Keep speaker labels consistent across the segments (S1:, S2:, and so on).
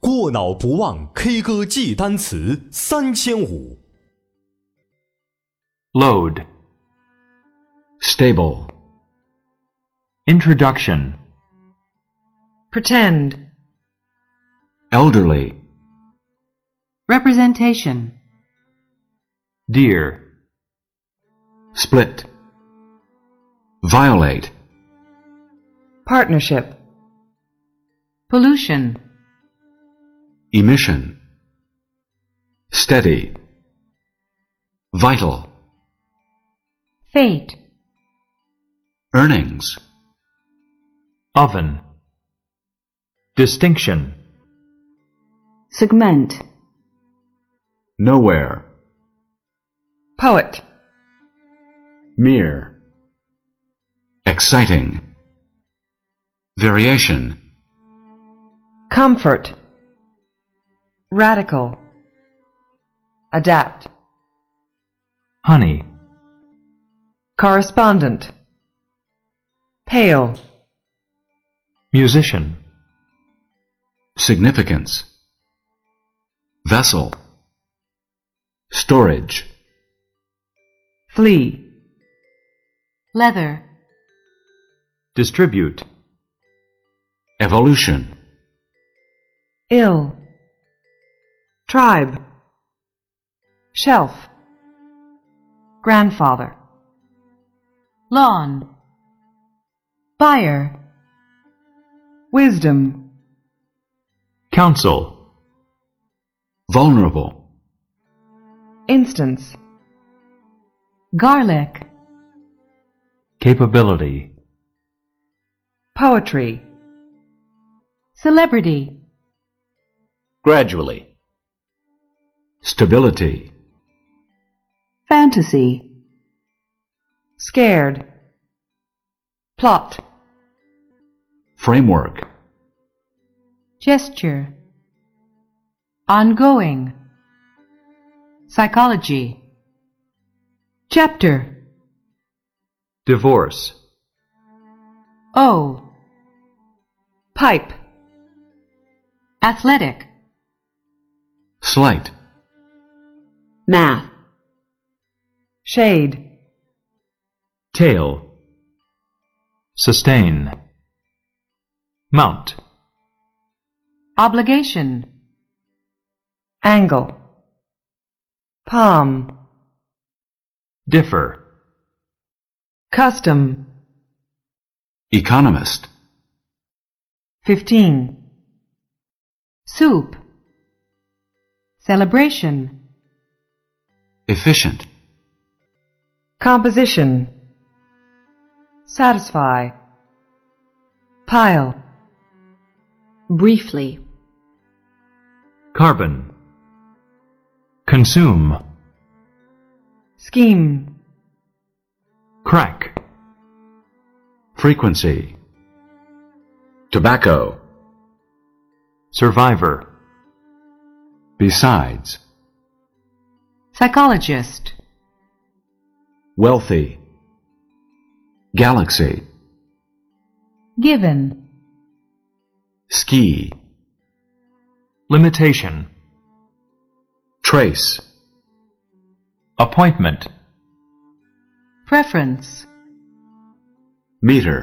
S1: 过脑不忘 K 歌记单词三千五。
S2: Load.
S3: stable,
S2: Introduction.
S4: pretend,
S3: elderly,
S4: representation,
S2: Dear.
S3: split, violate,
S4: partnership, pollution,
S3: emission, steady, vital,
S4: fate,
S3: earnings,
S2: Oven. Distinction.
S4: segment,
S3: nowhere,
S4: poet,
S3: mere, exciting, variation,
S4: comfort, radical, adapt,
S2: Honey.
S4: correspondent, pale,
S2: Musician.
S3: significance, vessel, storage,
S4: flee, leather,
S2: Distribute.
S3: evolution,
S4: ill, tribe, shelf, grandfather, lawn, buyer, wisdom,
S2: Council.
S3: vulnerable,
S4: instance, garlic,
S2: Capability.
S4: poetry, celebrity,
S3: gradually. Stability,
S4: fantasy, scared, plot,
S3: framework,
S4: Gesture. Ongoing. Psychology. Chapter.
S2: Divorce.
S4: O. Pipe. Athletic.
S3: slight,
S4: Math. Shade.
S2: Tail. Sustain. Mount.
S4: Obligation. Angle. Palm.
S2: Differ.
S4: Custom.
S3: economist,
S4: Fifteen. Soup. Celebration.
S3: efficient,
S4: Composition. Satisfy. Pile. Briefly.
S2: Carbon. Consume.
S4: Scheme.
S2: Crack.
S3: frequency, tobacco,
S2: Survivor.
S3: besides,
S4: Psychologist.
S3: wealthy, galaxy,
S4: Given.
S3: ski,
S2: Limitation.
S3: trace,
S2: Appointment.
S4: Preference.
S3: meter,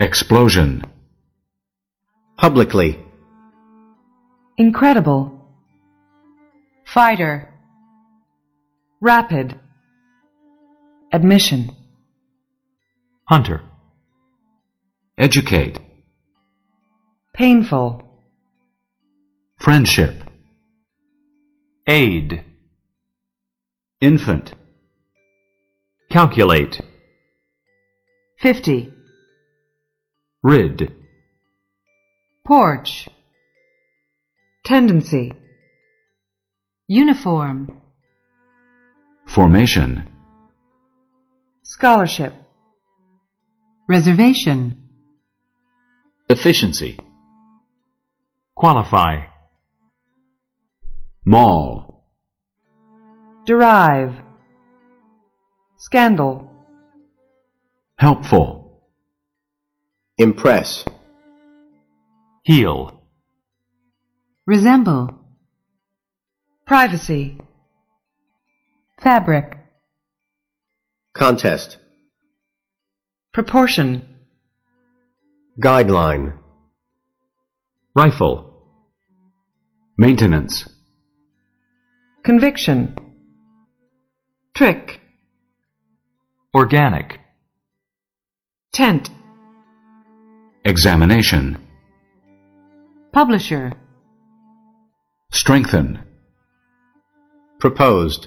S3: explosion, publicly,
S4: Incredible. Fighter. Rapid. Admission.
S2: Hunter.
S3: educate,
S4: Painful.
S3: friendship,
S2: Aid.
S3: infant,
S2: Calculate.
S4: Fifty.
S2: Rid.
S4: Porch. Tendency. Uniform.
S3: formation,
S4: Scholarship. Reservation.
S3: efficiency,
S2: Qualify.
S3: mall,
S4: Derive. Scandal.
S3: helpful,
S5: impress,
S2: Heal.
S4: resemble, privacy, fabric,
S5: contest,
S4: proportion,
S5: guideline,
S2: rifle,
S3: maintenance,
S4: conviction, trick,
S2: organic,
S4: tent,
S3: examination,
S4: publisher,
S3: strengthen,
S5: proposed,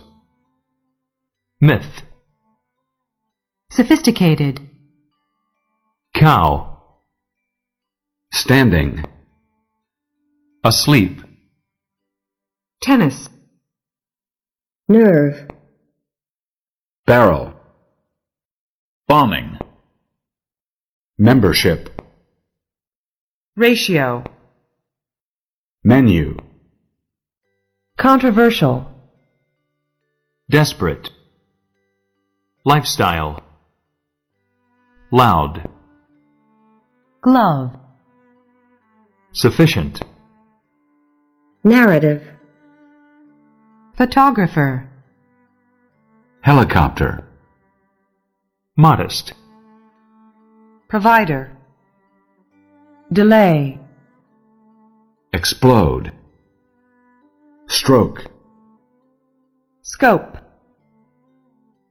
S2: myth,
S4: sophisticated,
S2: cow,
S3: standing, asleep,
S4: tennis,
S6: nerve,
S3: barrel, bombing, membership,
S4: ratio,
S3: menu,
S4: controversial,
S2: desperate, lifestyle, loud,
S4: glove,
S2: sufficient,
S6: narrative,
S4: photographer,
S3: helicopter,
S2: modest,
S4: provider, delay,
S3: explode, stroke,
S4: scope,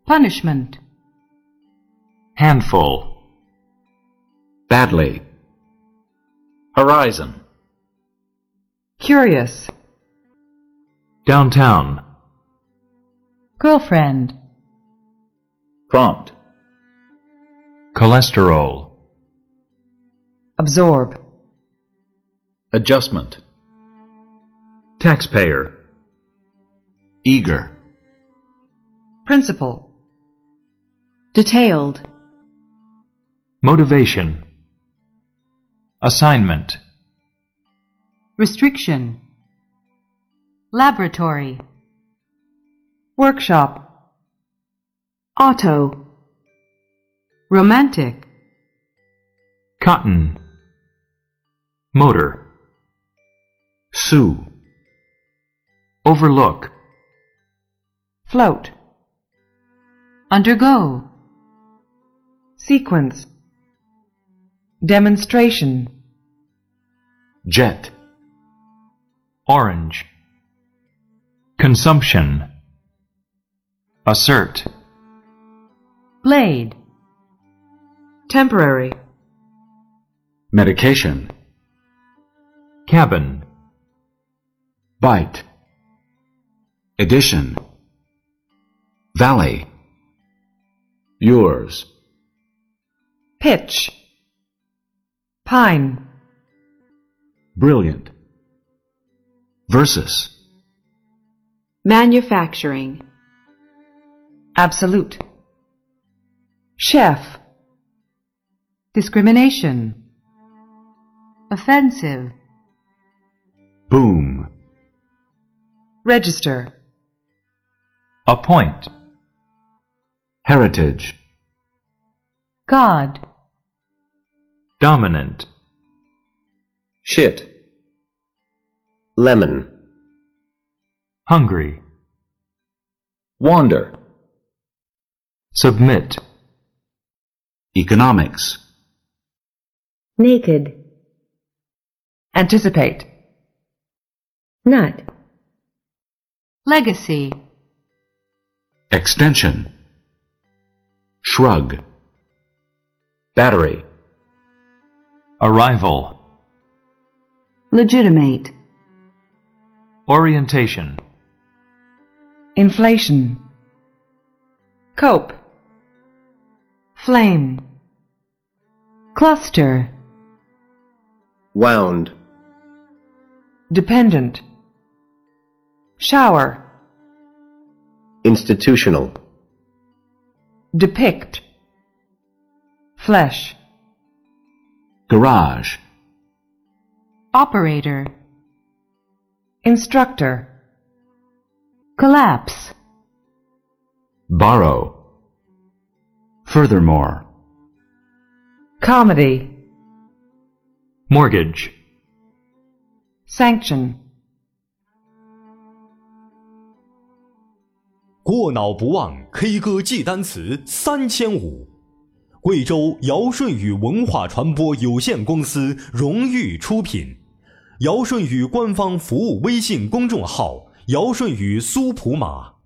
S4: punishment,
S2: handful,
S3: badly, horizon,
S4: curious,
S2: downtown,
S4: girlfriend,
S3: prompt,
S2: cholesterol,
S4: absorb,
S3: adjustment,
S2: taxpayer,
S3: eager,
S4: principle, detailed,
S2: motivation, assignment,
S4: restriction, laboratory, workshop, auto, romantic,
S2: cotton, motor,
S3: sue,
S2: overlook,
S4: float, undergo, sequence, demonstration,
S3: jet,
S2: orange, consumption, assert,
S4: blade, temporary,
S3: medication,
S2: cabin,
S3: bite, edition, valley, yours,
S4: pitch, pine,
S3: brilliant, versus,
S4: manufacturing, absolute, chef, discrimination, offensive,
S3: boom,
S4: register,
S2: appoint,
S3: heritage,
S4: God,
S2: dominant,
S5: shit, lemon,
S2: hungry,
S3: wander,
S2: submit,
S3: economics,
S6: naked,
S4: anticipate,
S6: nut,
S4: legacy,
S3: extension, shrug, battery,
S2: arrival,
S4: legitimate,
S2: orientation,
S4: inflation, cope, flame, cluster,
S5: wound,
S4: dependent, shower,
S5: institutional,
S4: depict, flesh,
S3: garage,
S4: operator, instructor, collapse,
S3: borrow. Furthermore,
S4: comedy,
S2: mortgage,
S4: sanction,
S1: 过脑不忘 K 歌记单词三千五，贵州尧舜禹文化传播有限公司荣誉出品，尧舜禹官方服务微信公众号：尧舜禹苏普码。